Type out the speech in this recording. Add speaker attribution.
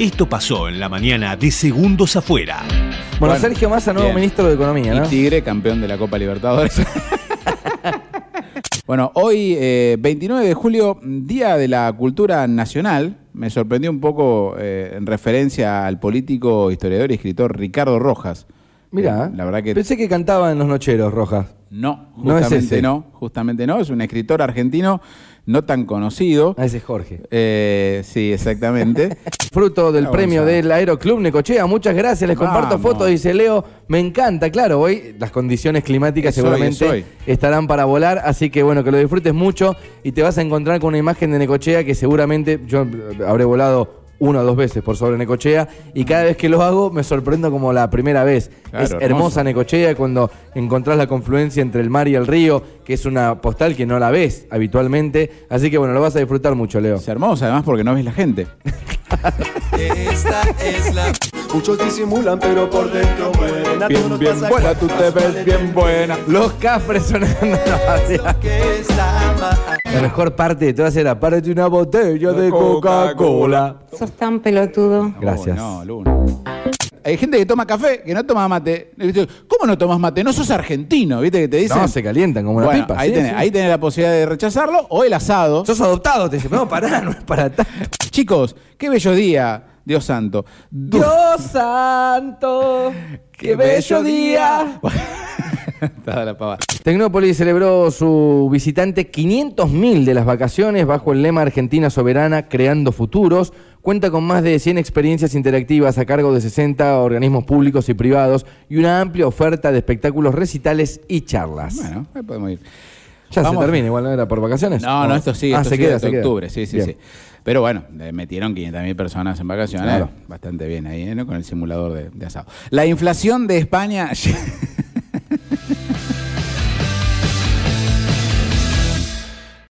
Speaker 1: Esto pasó en la mañana de Segundos Afuera.
Speaker 2: Bueno,
Speaker 3: Bueno,
Speaker 2: Sergio Massa, nuevo
Speaker 3: bien.
Speaker 2: ministro de Economía, ¿no?
Speaker 3: Y Tigre, campeón de la Copa Libertadores. bueno, hoy, eh, 29 de julio, Día de la Cultura Nacional. Me sorprendió un poco eh, en referencia al político, historiador y escritor Ricardo Rojas.
Speaker 2: Mirá,
Speaker 3: Eh, la verdad que
Speaker 2: pensé que cantaba en Los Nocheros, Rojas.
Speaker 3: no,
Speaker 2: No es
Speaker 3: justamente no,
Speaker 2: ese.
Speaker 3: justamente no. Es un escritor argentino no tan conocido.
Speaker 2: Ah, ese es Jorge.
Speaker 3: Eh, sí, exactamente.
Speaker 2: Fruto del
Speaker 3: Ah,
Speaker 2: premio
Speaker 3: vamos a-
Speaker 2: del Aeroclub Necochea, muchas gracias, les comparto
Speaker 3: Vamos.
Speaker 2: fotos, dice Leo, me encanta, claro, hoy las condiciones climáticas
Speaker 3: Es hoy,
Speaker 2: seguramente
Speaker 3: es hoy.
Speaker 2: estarán para volar, así que bueno, que lo disfrutes mucho y te vas a encontrar con una imagen de Necochea que seguramente yo eh, habré volado una o dos veces por sobre Necochea y cada vez que lo hago me sorprendo como la primera vez.
Speaker 3: Claro,
Speaker 2: es hermosa
Speaker 3: hermoso.
Speaker 2: Necochea cuando encontrás la confluencia entre el mar y el río, que es una postal que no la ves habitualmente, así que bueno, lo vas a disfrutar mucho, Leo.
Speaker 3: Es hermoso, además, porque no ves la gente.
Speaker 4: Esta es la.
Speaker 5: Muchos disimulan, pero por dentro mueren. A todos nos pasa
Speaker 3: tú te ves bien buena.
Speaker 2: Los cafres sonando.
Speaker 4: que es la ma-
Speaker 2: La mejor parte de todas era parte una botella de Coca-Cola.
Speaker 6: Sos tan pelotudo.
Speaker 2: Gracias.
Speaker 3: No, Luna. Hay gente que toma café, que no toma mate. Y dice, ¿Cómo no tomas mate? No sos argentino, ¿viste? Que te dicen.
Speaker 2: No, se calientan como una
Speaker 3: Bueno,
Speaker 2: pipa.
Speaker 3: Ahí,
Speaker 2: sí,
Speaker 3: tenés,
Speaker 2: sí.
Speaker 3: ahí tenés la posibilidad de rechazarlo o el asado.
Speaker 2: Sos adoptado, te dicen. No, pará, no es para tanto.
Speaker 3: Chicos, qué bello día, Dios santo. Du-
Speaker 2: Dios santo, qué bello día.
Speaker 3: Estaba la pava.
Speaker 2: Tecnópolis celebró su visitante 500.000 de las vacaciones bajo el lema Argentina Soberana Creando Futuros. Cuenta con más de 100 experiencias interactivas a cargo de 60 organismos públicos y privados y una amplia oferta de espectáculos recitales y charlas.
Speaker 3: Bueno, ahí podemos ir.
Speaker 2: Ya
Speaker 3: Vamos.
Speaker 2: se termina, igual no era por vacaciones.
Speaker 3: No, no, esto sí,
Speaker 2: Ah,
Speaker 3: esto
Speaker 2: se
Speaker 3: sigue
Speaker 2: queda,
Speaker 3: hasta
Speaker 2: se queda.
Speaker 3: octubre, sí, sí,
Speaker 2: Bien.
Speaker 3: sí. Pero bueno, eh, metieron 500.000 personas en vacaciones,
Speaker 2: Claro.
Speaker 3: bastante bien ahí, ¿eh? ¿no? Con el simulador de, de asado. La inflación de España